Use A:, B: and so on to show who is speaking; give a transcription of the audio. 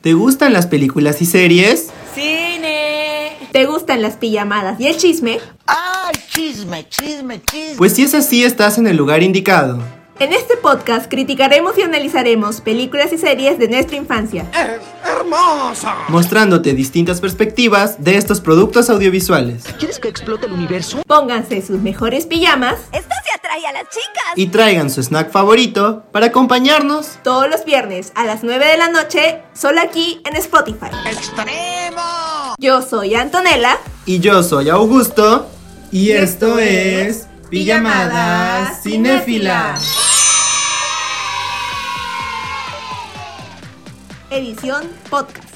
A: ¿Te gustan las películas y series?
B: ¡Cine!
C: ¿Te gustan las pijamadas y el chisme?
D: ¡Ay, chisme, chisme, chisme!
A: Pues si es así, estás en el lugar indicado.
C: En este podcast criticaremos y analizaremos películas y series de nuestra infancia.
D: ¡Es hermosa!
A: Mostrándote distintas perspectivas de estos productos audiovisuales.
D: ¿Quieres que explote el universo?
C: Pónganse sus mejores pijamas
B: ¡Esto se atrae a las chicas!
A: Y traigan su snack favorito para acompañarnos.
C: todos los viernes a las 9 de la noche, solo aquí en Spotify.
D: ¡Extremo!
C: Yo soy Antonella.
A: Y yo soy Augusto. Y esto es Pijamadas Cinéfilas.
C: Edición Podcast.